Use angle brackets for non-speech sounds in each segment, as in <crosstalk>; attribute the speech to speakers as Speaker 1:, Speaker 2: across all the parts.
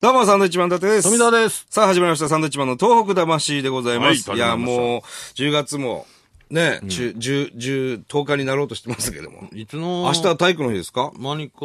Speaker 1: どうも、サンドイッチマン伊達です。
Speaker 2: 富澤です。
Speaker 1: さあ、始まりました。サンドイッチマンの東北魂でございます。、
Speaker 2: はいい
Speaker 1: や、
Speaker 2: 始まりました
Speaker 1: もう、10月も、ね、10、10、10、10日になろうとしてますけども。
Speaker 2: いつの
Speaker 1: 明日は体育の日ですか
Speaker 2: 間にか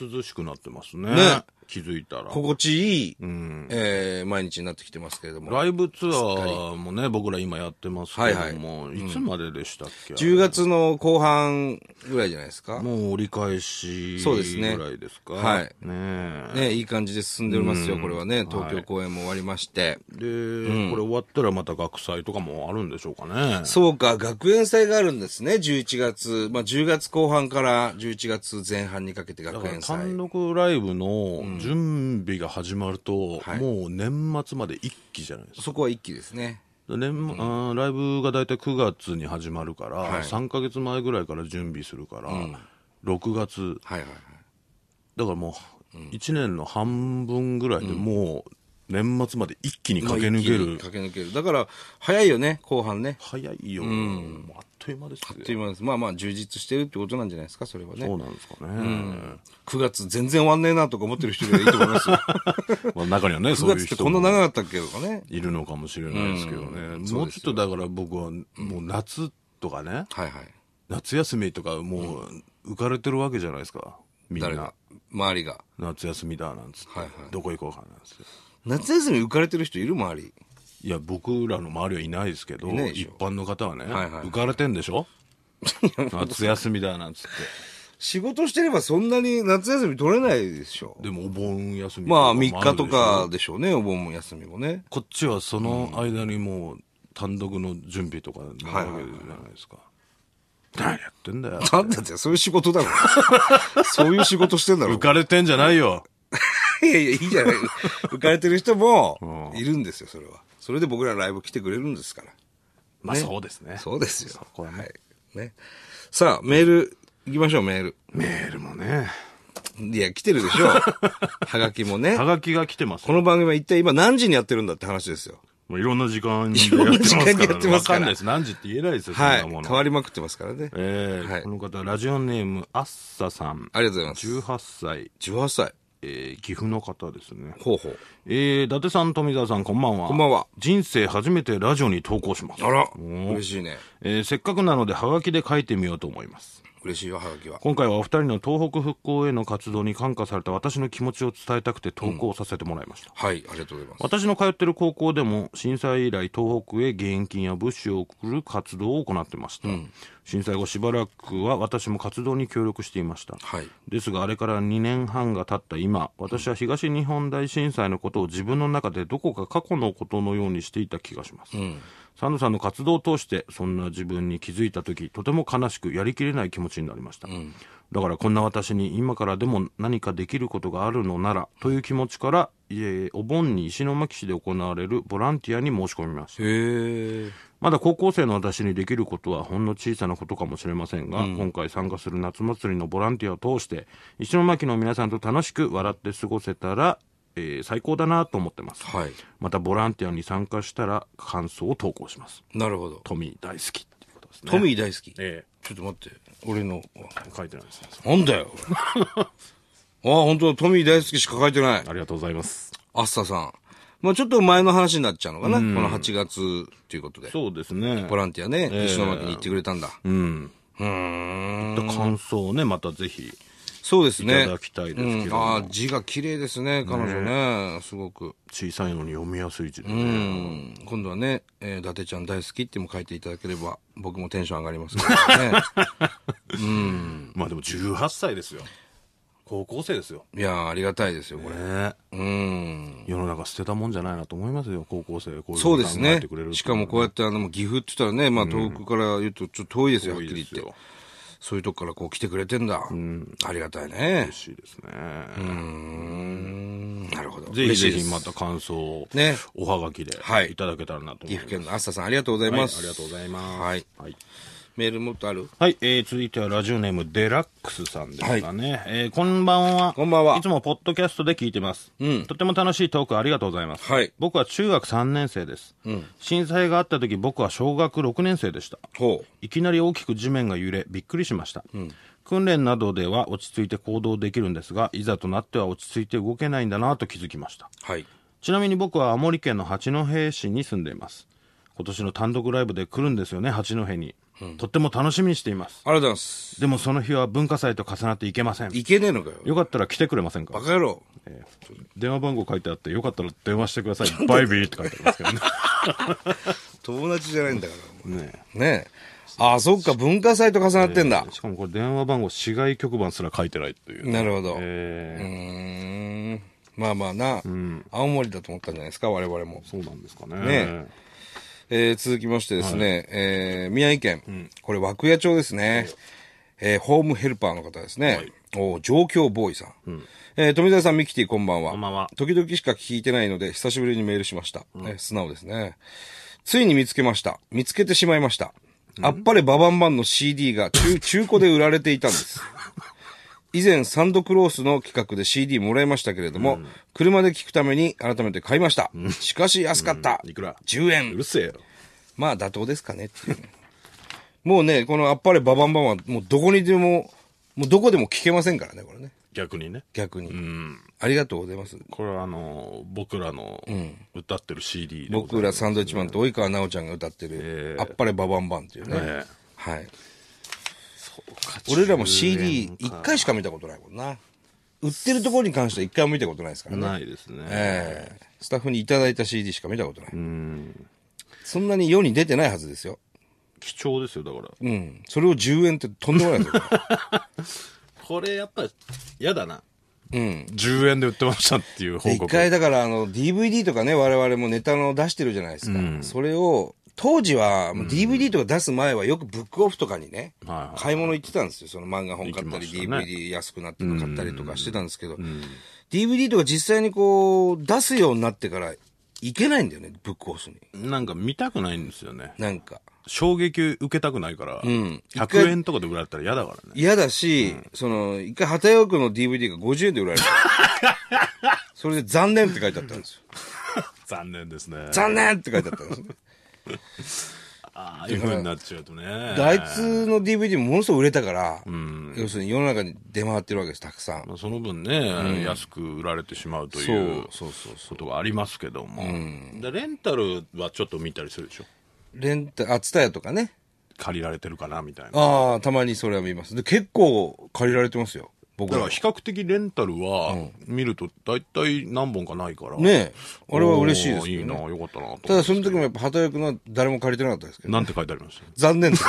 Speaker 2: 涼しくなってますね。
Speaker 1: ね
Speaker 2: 気づいたら。
Speaker 1: 心地いい、
Speaker 2: うん。
Speaker 1: えー、毎日になってきてますけれども。
Speaker 2: ライブツアーもね、僕ら今やってますけども、いつまででしたっけ、
Speaker 1: 10月の後半ぐらいじゃないですか。
Speaker 2: もう折り返し
Speaker 1: そうですね
Speaker 2: ぐらいですか。
Speaker 1: はい
Speaker 2: ねえ
Speaker 1: ね、いい感じで進んでおりますよ、これはね。東京
Speaker 2: はい
Speaker 1: 公演も終わりまして。
Speaker 2: で、これ終わったらまた学祭とかもあるんでしょうかね。
Speaker 1: そうか、学園祭があるんですね、11月。まあ、10月後半から11月前半にかけて
Speaker 2: だ
Speaker 1: 学
Speaker 2: から
Speaker 1: 園祭。
Speaker 2: 単独ライブの準備が始まると、
Speaker 1: はい
Speaker 2: もう年末まで一期じゃないですか
Speaker 1: そこは一気ですね。
Speaker 2: 年あーライブが大体9月に始まるから、
Speaker 1: はい
Speaker 2: 3か月前ぐらいから準備するから、6月
Speaker 1: はいはいはい。
Speaker 2: だからもう1年の半分ぐらいでもう年末まで一気に駆け抜け
Speaker 1: まあ一気に
Speaker 2: る、
Speaker 1: 駆け抜ける。だから、早いよね、後半ね。
Speaker 2: 早いよ、もうあっという間です
Speaker 1: という
Speaker 2: よ
Speaker 1: ものです。まあまあ、充実してるってことなんじゃないですか、それは
Speaker 2: そ
Speaker 1: ね
Speaker 2: う。なんですかね、
Speaker 1: 9月全然終わんねえなとか思ってる人がいいと思いますよ。
Speaker 2: まあ、中にはね
Speaker 1: 9
Speaker 2: <laughs> そうい
Speaker 1: 月
Speaker 2: う
Speaker 1: って
Speaker 2: 人
Speaker 1: こんな
Speaker 2: も
Speaker 1: 長かったっけとかね。
Speaker 2: いるのかもしれないですけどね、もうちょっとだから僕はもう夏とかね、
Speaker 1: はいはい。
Speaker 2: 夏休みとかもう浮かれてるわけじゃないですかみん
Speaker 1: 誰
Speaker 2: な
Speaker 1: が。周りが。
Speaker 2: 夏休みだなんつって、
Speaker 1: はいはい
Speaker 2: どこ行こうかなんつって
Speaker 1: 夏休み浮かれてる人いる周り。
Speaker 2: いや僕らの周りはいないですけど
Speaker 1: いないでし
Speaker 2: 一
Speaker 1: ょ
Speaker 2: 般の方はね、
Speaker 1: はいはい
Speaker 2: 浮かれてんで
Speaker 1: <laughs>
Speaker 2: しょ夏休みだなんつって
Speaker 1: 仕事してればそんなに夏休み取れないでしょ。
Speaker 2: でもお盆休み
Speaker 1: まあ、
Speaker 2: もる
Speaker 1: 3日と
Speaker 2: でしょ
Speaker 1: かでしょうね、お盆も休みもね。
Speaker 2: こっちはその間にもう単独の準備とかなわけじゃないですか、何やってんだよ
Speaker 1: <laughs> なんだって、そういう仕事だろ。
Speaker 2: <laughs>
Speaker 1: そういう仕事してんだろ
Speaker 2: 浮。かれてんじゃないよ
Speaker 1: いやいや、いいじゃ
Speaker 2: <laughs>
Speaker 1: ない。浮かれてる人もいるんですよ、それは。それで僕らライブ来てくれるんですから。
Speaker 2: まあそうですね
Speaker 1: そうですよ。
Speaker 2: そこはね
Speaker 1: い。ね。さあ、メール、行きましょう、メール。
Speaker 2: メールもね
Speaker 1: いや、来てるでし
Speaker 2: <laughs>
Speaker 1: ょう。はがきもね
Speaker 2: は。がきが来てます
Speaker 1: こ
Speaker 2: よ
Speaker 1: の番組は一体今何時にやってるんだって話ですよ。
Speaker 2: もういろんな時間に
Speaker 1: いろんな時間にやってますから
Speaker 2: わかんないです何時って言えないですよ、
Speaker 1: はい。
Speaker 2: そんなも
Speaker 1: 変
Speaker 2: の
Speaker 1: わりまくってますからね。
Speaker 2: えー
Speaker 1: はい
Speaker 2: この方、ラジオネーム、アッサさん。
Speaker 1: ありがとうございます。
Speaker 2: 18歳、
Speaker 1: 18歳。
Speaker 2: えー岐阜の方ですね。
Speaker 1: ほうほう。
Speaker 2: えー、伊達さん、富澤さん、こんばんは。
Speaker 1: こんばんは。
Speaker 2: 人生初めてラジオに投稿します。
Speaker 1: あら、
Speaker 2: お
Speaker 1: 嬉
Speaker 2: ー
Speaker 1: しいね。
Speaker 2: えーせっかくなので、ハガキで書いてみようと思います。
Speaker 1: 嬉しいよ、はがきは。
Speaker 2: 今回はお二人の東北復興への活動に感化された私の気持ちを伝えたくて投稿させてもらいました。
Speaker 1: はい、ありがとうございます。
Speaker 2: 私の通ってる高校でも震災以来東北へ義援金や物資を送る活動を行ってました、震災後しばらくは私も活動に協力していました、
Speaker 1: はい。
Speaker 2: ですがあれから2年半が経った今私は東日本大震災のことを自分の中でどこか過去のことのようにしていた気がします、サンドさんの活動を通してそんな自分に気づいた時とても悲しくやりきれない気持ちになりました、だからこんな私に今からでも何かできることがあるのならという気持ちから、えーお盆に石巻市で行われるボランティアに申し込みました
Speaker 1: へえ。
Speaker 2: まだ高校生の私にできることはほんの小さなことかもしれませんが、今回参加する夏祭りのボランティアを通して、石巻の皆さんと楽しく笑って過ごせたら、えー最高だなと思ってます。
Speaker 1: はい。
Speaker 2: またボランティアに参加したら感想を投稿します。
Speaker 1: なるほど。
Speaker 2: トミー大好きっていうことですね。
Speaker 1: トミー大好き。
Speaker 2: え
Speaker 1: ちょっと待って。俺の。
Speaker 2: え書いてないですね。
Speaker 1: なん
Speaker 2: <laughs>
Speaker 1: だよ。ああ、本当だトミー大好きしか書いてない。
Speaker 2: ありがとうございます。
Speaker 1: アッサさん。まあちょっと前の話になっちゃうのかな。この8月ということで。
Speaker 2: そうですね
Speaker 1: ボ。ランティアね、石巻に行ってくれたんだ。
Speaker 2: うん。
Speaker 1: うーん。
Speaker 2: 感想をね、またぜひ。
Speaker 1: そうですね。
Speaker 2: いただきたいですけど
Speaker 1: うん
Speaker 2: も
Speaker 1: ああ、字が綺麗ですね、彼女ね。すごく。
Speaker 2: 小さいのに読みやすい字でね。
Speaker 1: うん。今度はね、えー、伊達ちゃん大好きっても書いていただければ、僕もテンション上がりますからね。
Speaker 2: <laughs> まあでも18歳ですよ。高校生ですよ。
Speaker 1: いやー、ありがたいですよ、これ。
Speaker 2: ねえ。
Speaker 1: うん。
Speaker 2: 世の中捨てたもんじゃないなと思いますよ、高校生、こういう
Speaker 1: そう
Speaker 2: ふ
Speaker 1: で
Speaker 2: に考
Speaker 1: す
Speaker 2: え
Speaker 1: ね
Speaker 2: てくれる。
Speaker 1: しかもこうやって、あの、もう岐阜って言ったらね、まあ遠くから言うとちょっと遠いですよ、
Speaker 2: 多
Speaker 1: はっ
Speaker 2: い
Speaker 1: きり
Speaker 2: です
Speaker 1: 言って
Speaker 2: よ。。
Speaker 1: そういうとこからこう来てくれてんだ。ありがたいね
Speaker 2: 嬉。しいですね。
Speaker 1: うんなるほど。
Speaker 2: ぜひぜ
Speaker 1: 嬉しい
Speaker 2: ひ
Speaker 1: です
Speaker 2: また感想を、
Speaker 1: ね
Speaker 2: おはがきで、
Speaker 1: はい
Speaker 2: いただけたらなと
Speaker 1: 岐
Speaker 2: 思います。
Speaker 1: 阜県のあっささん、ありがとうございます。
Speaker 2: はいありがとうございます
Speaker 1: はい。
Speaker 2: はい。
Speaker 1: メールもっとある
Speaker 2: はい、えー、続いてはラジオネームデラックスさんですかね。えー、こんばんは。
Speaker 1: こんばんはい
Speaker 2: つもポッドキャストで聞いてます。
Speaker 1: うん
Speaker 2: とても楽しいトークありがとうございます。
Speaker 1: はい
Speaker 2: 僕は中学3年生です。
Speaker 1: ん
Speaker 2: 震災があった時僕は小学6年生でした。
Speaker 1: ほ
Speaker 2: いきなり大きく地面が揺れびっくりしました、訓練などでは落ち着いて行動できるんですが、いざとなっては落ち着いて動けないんだなと気づきました。
Speaker 1: はい。
Speaker 2: ちなみに僕は青森県の八戸市に住んでいます。今年の単独ライブで来るんですよね、八戸に。とっても楽しみにしています。
Speaker 1: ありがとうございます。
Speaker 2: でもその日は文化祭と重なっていけません。
Speaker 1: いけねえのかよ。
Speaker 2: よかったら来てくれません
Speaker 1: バ
Speaker 2: か
Speaker 1: カ野郎。
Speaker 2: 電話番号書いてあって、よかったら電話してください。バイビーって書いてありますけどね。 <laughs>
Speaker 1: 友達じゃないんだから。
Speaker 2: ね
Speaker 1: ねえ。ああ、そっか、文化祭と重なってんだ
Speaker 2: え。しかもこれ電話番号、市外局番すら書いてないっていう。
Speaker 1: なるほど。うー
Speaker 2: えー
Speaker 1: ん。まあまあな、青森だと思ったんじゃないですか、我々も。
Speaker 2: そうなんですかね。
Speaker 1: ねえー続きましてですね、えー宮城県、これ、涌谷町ですね。えーホームヘルパーの方ですね。お上京ボーイさん。えー富澤さん、ミキティ、こんばんは。
Speaker 2: こんばんは
Speaker 1: 時々しか聞いてないので、久しぶりにメールしました。えー素直ですね。ついに見つけました。見つけてしまいました。あっぱれババンバンの CD が
Speaker 2: <laughs>
Speaker 1: 中、中古で売られていたんです。以前、サンドクロースの企画で CD もらいましたけれども、車で聞くために改めて買いました。しかし安かった。
Speaker 2: うんいくら
Speaker 1: ?10 円。
Speaker 2: うるせえよ。
Speaker 1: まあ妥当ですかねっていうねもうね、このあっぱれババンバンは、もうどこにでも、もうどこでも聞けませんからね、これね。
Speaker 2: 逆にね。
Speaker 1: 逆に。
Speaker 2: うん。
Speaker 1: ありがとうございます。
Speaker 2: これはあのー、僕らの歌ってる CD でござい
Speaker 1: 僕
Speaker 2: ま
Speaker 1: ら
Speaker 2: す。
Speaker 1: サンドウィッチマンと及川奈緒ちゃんが歌ってる
Speaker 2: え、え
Speaker 1: あっぱれババンバンっていうね。
Speaker 2: ね
Speaker 1: はい。俺らも CD、一回しか見たことないもんな。売ってるところに関しては一回も見たことないですからね。
Speaker 2: ないですね。
Speaker 1: ええスタッフにいただいた CD しか見たことない。
Speaker 2: うん。
Speaker 1: そんなに世に出てないはずですよ。
Speaker 2: 貴重ですよ、だから。
Speaker 1: うん。それを10円ってとんでもないですよ。
Speaker 2: これやっぱ、嫌だな。
Speaker 1: うん。
Speaker 2: 10円で売ってましたっていう報
Speaker 1: 一
Speaker 2: 告。
Speaker 1: 回だからあの DVD とかね、我々もネタの出してるじゃないですか。それを、当時はもう DVD とか出す前はよくブックオフとかにね、
Speaker 2: はいはい
Speaker 1: 買い物行ってたんですよ。その漫画本買ったり、
Speaker 2: 行きましたね
Speaker 1: DVD 安くなってるの買ったりとかしてたんですけど、DVD とか実際にこう出すようになってから行けないんだよね、ブックオフに。
Speaker 2: なんか見たくないんですよね。
Speaker 1: なんか。
Speaker 2: 衝撃受けたくないから、
Speaker 1: ん
Speaker 2: 100円とかで売られたら嫌だからね。
Speaker 1: 嫌だし、その、一回、畑岡の DVD が50円で売ら
Speaker 2: <laughs>
Speaker 1: れた。それで残念って書いてあったんですよ。
Speaker 2: 残念ですね。
Speaker 1: 残念って書いてあったんですよ。
Speaker 2: ああいう風になっちゃうとね。
Speaker 1: あいつの DVD もものすごく売れたから、
Speaker 2: ん
Speaker 1: 要するに世の中に出回ってるわけです、たくさん。
Speaker 2: まあその分ね、安く売られてしまうという
Speaker 1: そうそうそう
Speaker 2: ことがありますけども、でレンタルはちょっと見たりするでしょ
Speaker 1: レンタ、あ、ツタヤとかね。
Speaker 2: 借りられてるかなみたいな
Speaker 1: ああ、たまにそれは見ます。で、結構借りられてますよ、僕
Speaker 2: だから
Speaker 1: ら。
Speaker 2: 比較的レンタルは見ると大体何本かないから
Speaker 1: ねえ、あれは嬉しいです
Speaker 2: おーいい
Speaker 1: よ、
Speaker 2: な
Speaker 1: ね。
Speaker 2: よかったなと思って
Speaker 1: ただ、その時もやっぱ、畑岡の誰も借りてなかったですけど。
Speaker 2: なんて書いてありました
Speaker 1: 残念だ。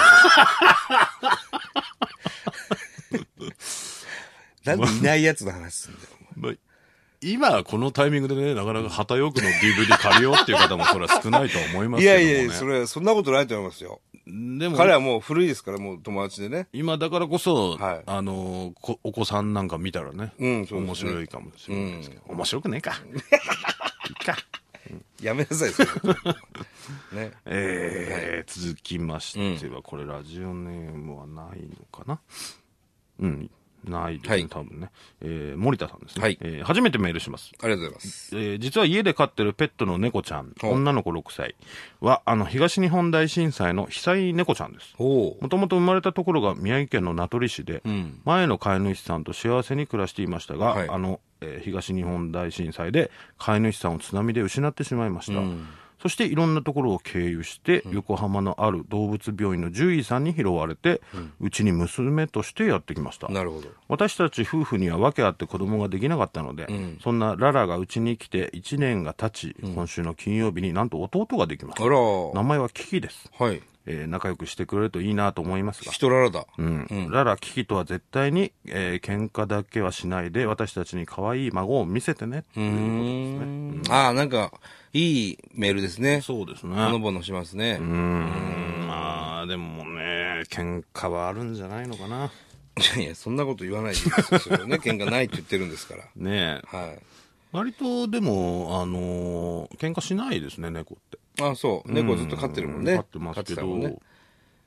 Speaker 2: <laughs>
Speaker 1: なんでいないやつの話すんだよ。
Speaker 2: まあ今このタイミングでねなかなか旗よくの DVD 借りようっていう方もそれは少ないとは思います
Speaker 1: い
Speaker 2: け
Speaker 1: や
Speaker 2: ども、ね、
Speaker 1: いやいや、それは、そんなことないと思いますよ。
Speaker 2: でも
Speaker 1: 彼はもう古いですから、もう友達でね。
Speaker 2: 今だからこそ、
Speaker 1: はい
Speaker 2: あのこお子さんなんか見たらね、
Speaker 1: うんそうですね
Speaker 2: 面白いかもしれないですけど、面白くねえかいいか
Speaker 1: やめなさい、それ
Speaker 2: <laughs>
Speaker 1: ね。
Speaker 2: えー続きましては、これラジオネームはないのかなうんないですね、
Speaker 1: はい
Speaker 2: 多分ね、えー森田さんですね、
Speaker 1: はい
Speaker 2: えー初めてメールします
Speaker 1: ありがとうございます。
Speaker 2: えー実は家で飼ってるペットの猫ちゃん、
Speaker 1: ほう
Speaker 2: 女の子6歳は、あの、東日本大震災の被災猫ちゃんです。
Speaker 1: おう
Speaker 2: もともと生まれたところが宮城県の名取市で、
Speaker 1: ん
Speaker 2: 前の飼い主さんと幸せに暮らしていましたが、
Speaker 1: はい
Speaker 2: あの、えー東日本大震災で飼い主さんを津波で失ってしまいました。そしていろんなところを経由して、横浜のある動物病院の獣医さんに拾われて、うち、に娘としてやってきました。
Speaker 1: なるほど。
Speaker 2: 私たち夫婦には訳あって子供ができなかったので、そんなララがうちに来て1年が経ち、今週の金曜日になんと弟ができまし
Speaker 1: あ
Speaker 2: た。名
Speaker 1: ら
Speaker 2: 前はキキです、
Speaker 1: はい。
Speaker 2: えー仲良くしてくれるといいなと思いますが、
Speaker 1: 人ららだ。
Speaker 2: うんララ、キキとは絶対に、えー喧嘩だけはしないで、私たちに可愛い孫を見せてね。
Speaker 1: うん。ああ、なんか、いいメールですね。
Speaker 2: そうですね。
Speaker 1: ほのぼのしますね。
Speaker 2: うーん、まあ、でもね、喧嘩はあるんじゃないのかな。
Speaker 1: いやいや、そんなこと言わないでくだ
Speaker 2: <laughs>
Speaker 1: さいそれをね。喧嘩ないって言ってるんですから。
Speaker 2: ねえ、
Speaker 1: はい。
Speaker 2: 割とでも、あのー喧嘩しないですね、猫って。
Speaker 1: あそう。猫ずっと飼ってるもんね。
Speaker 2: 飼ってます
Speaker 1: 飼って
Speaker 2: け
Speaker 1: た
Speaker 2: ど、
Speaker 1: もんね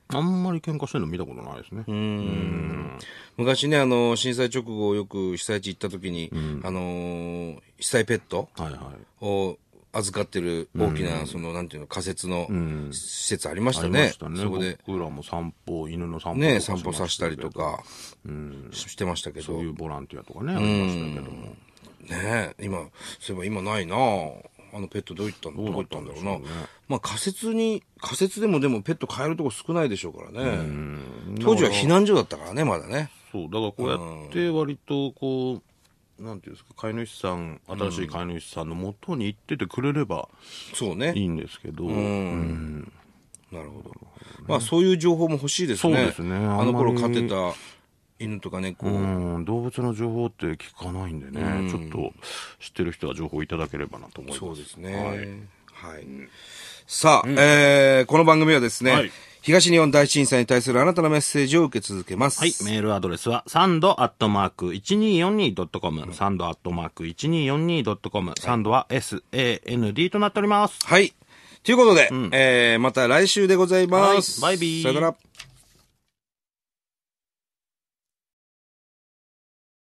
Speaker 2: あんまり喧嘩してるの見たことないですね。
Speaker 1: 昔ね、あの、震災直後よく被災地行った時に、あのー被災ペット
Speaker 2: はいは
Speaker 1: を預かってる大きな、その、なんていうの、仮設の
Speaker 2: ん
Speaker 1: 施設ありまし
Speaker 2: あ
Speaker 1: た
Speaker 2: りま
Speaker 1: ね
Speaker 2: した。ね。
Speaker 1: そこで、
Speaker 2: 僕らも散歩、犬の散歩とか
Speaker 1: ね、
Speaker 2: し
Speaker 1: 散歩
Speaker 2: ま
Speaker 1: させたりと
Speaker 2: けど。
Speaker 1: か、ししてましたけど
Speaker 2: そうい。うボランティアとかね、ありましたけども。
Speaker 1: ねえ、今、そういえば今ないなああのペットどういったんだど
Speaker 2: どう
Speaker 1: こ
Speaker 2: な
Speaker 1: 行っ
Speaker 2: ったた
Speaker 1: ん
Speaker 2: ん
Speaker 1: だ
Speaker 2: で
Speaker 1: ろ
Speaker 2: し
Speaker 1: う
Speaker 2: ょう
Speaker 1: な
Speaker 2: ね。
Speaker 1: まあ仮設に、仮設でもでもペット飼えるとこ少ないでしょうからね。
Speaker 2: うん
Speaker 1: 当時は避難所だったからね、まだね。
Speaker 2: そう、だからこうやって割とこう、なんていうんですか、飼い主さん、新しい飼い主さんの元に行っててくれれば
Speaker 1: そうね。
Speaker 2: いいんですけど、
Speaker 1: うん。なるほど。まあそういう情報も欲しいですね。
Speaker 2: そうですね
Speaker 1: あの頃
Speaker 2: あん
Speaker 1: 飼
Speaker 2: ま
Speaker 1: っ
Speaker 2: り
Speaker 1: てた犬とか猫、
Speaker 2: うん、動物の情報って聞かないんでね、ちょっと知ってる人は情報いただければなと思います。
Speaker 1: そうですね。
Speaker 2: は
Speaker 1: はいい。さあ、えーこの番組はですね、
Speaker 2: はい
Speaker 1: 東日本大震災に対するあなたのメッセージを受け続けます。
Speaker 2: はい、メールアドレスは、サンドアットマーク 1242.com、サンドアットマーク 1242.com、サンドは SAND となっております。
Speaker 1: はい。ということで、えーまた来週でございます。
Speaker 2: はいバイビー
Speaker 1: さよなら。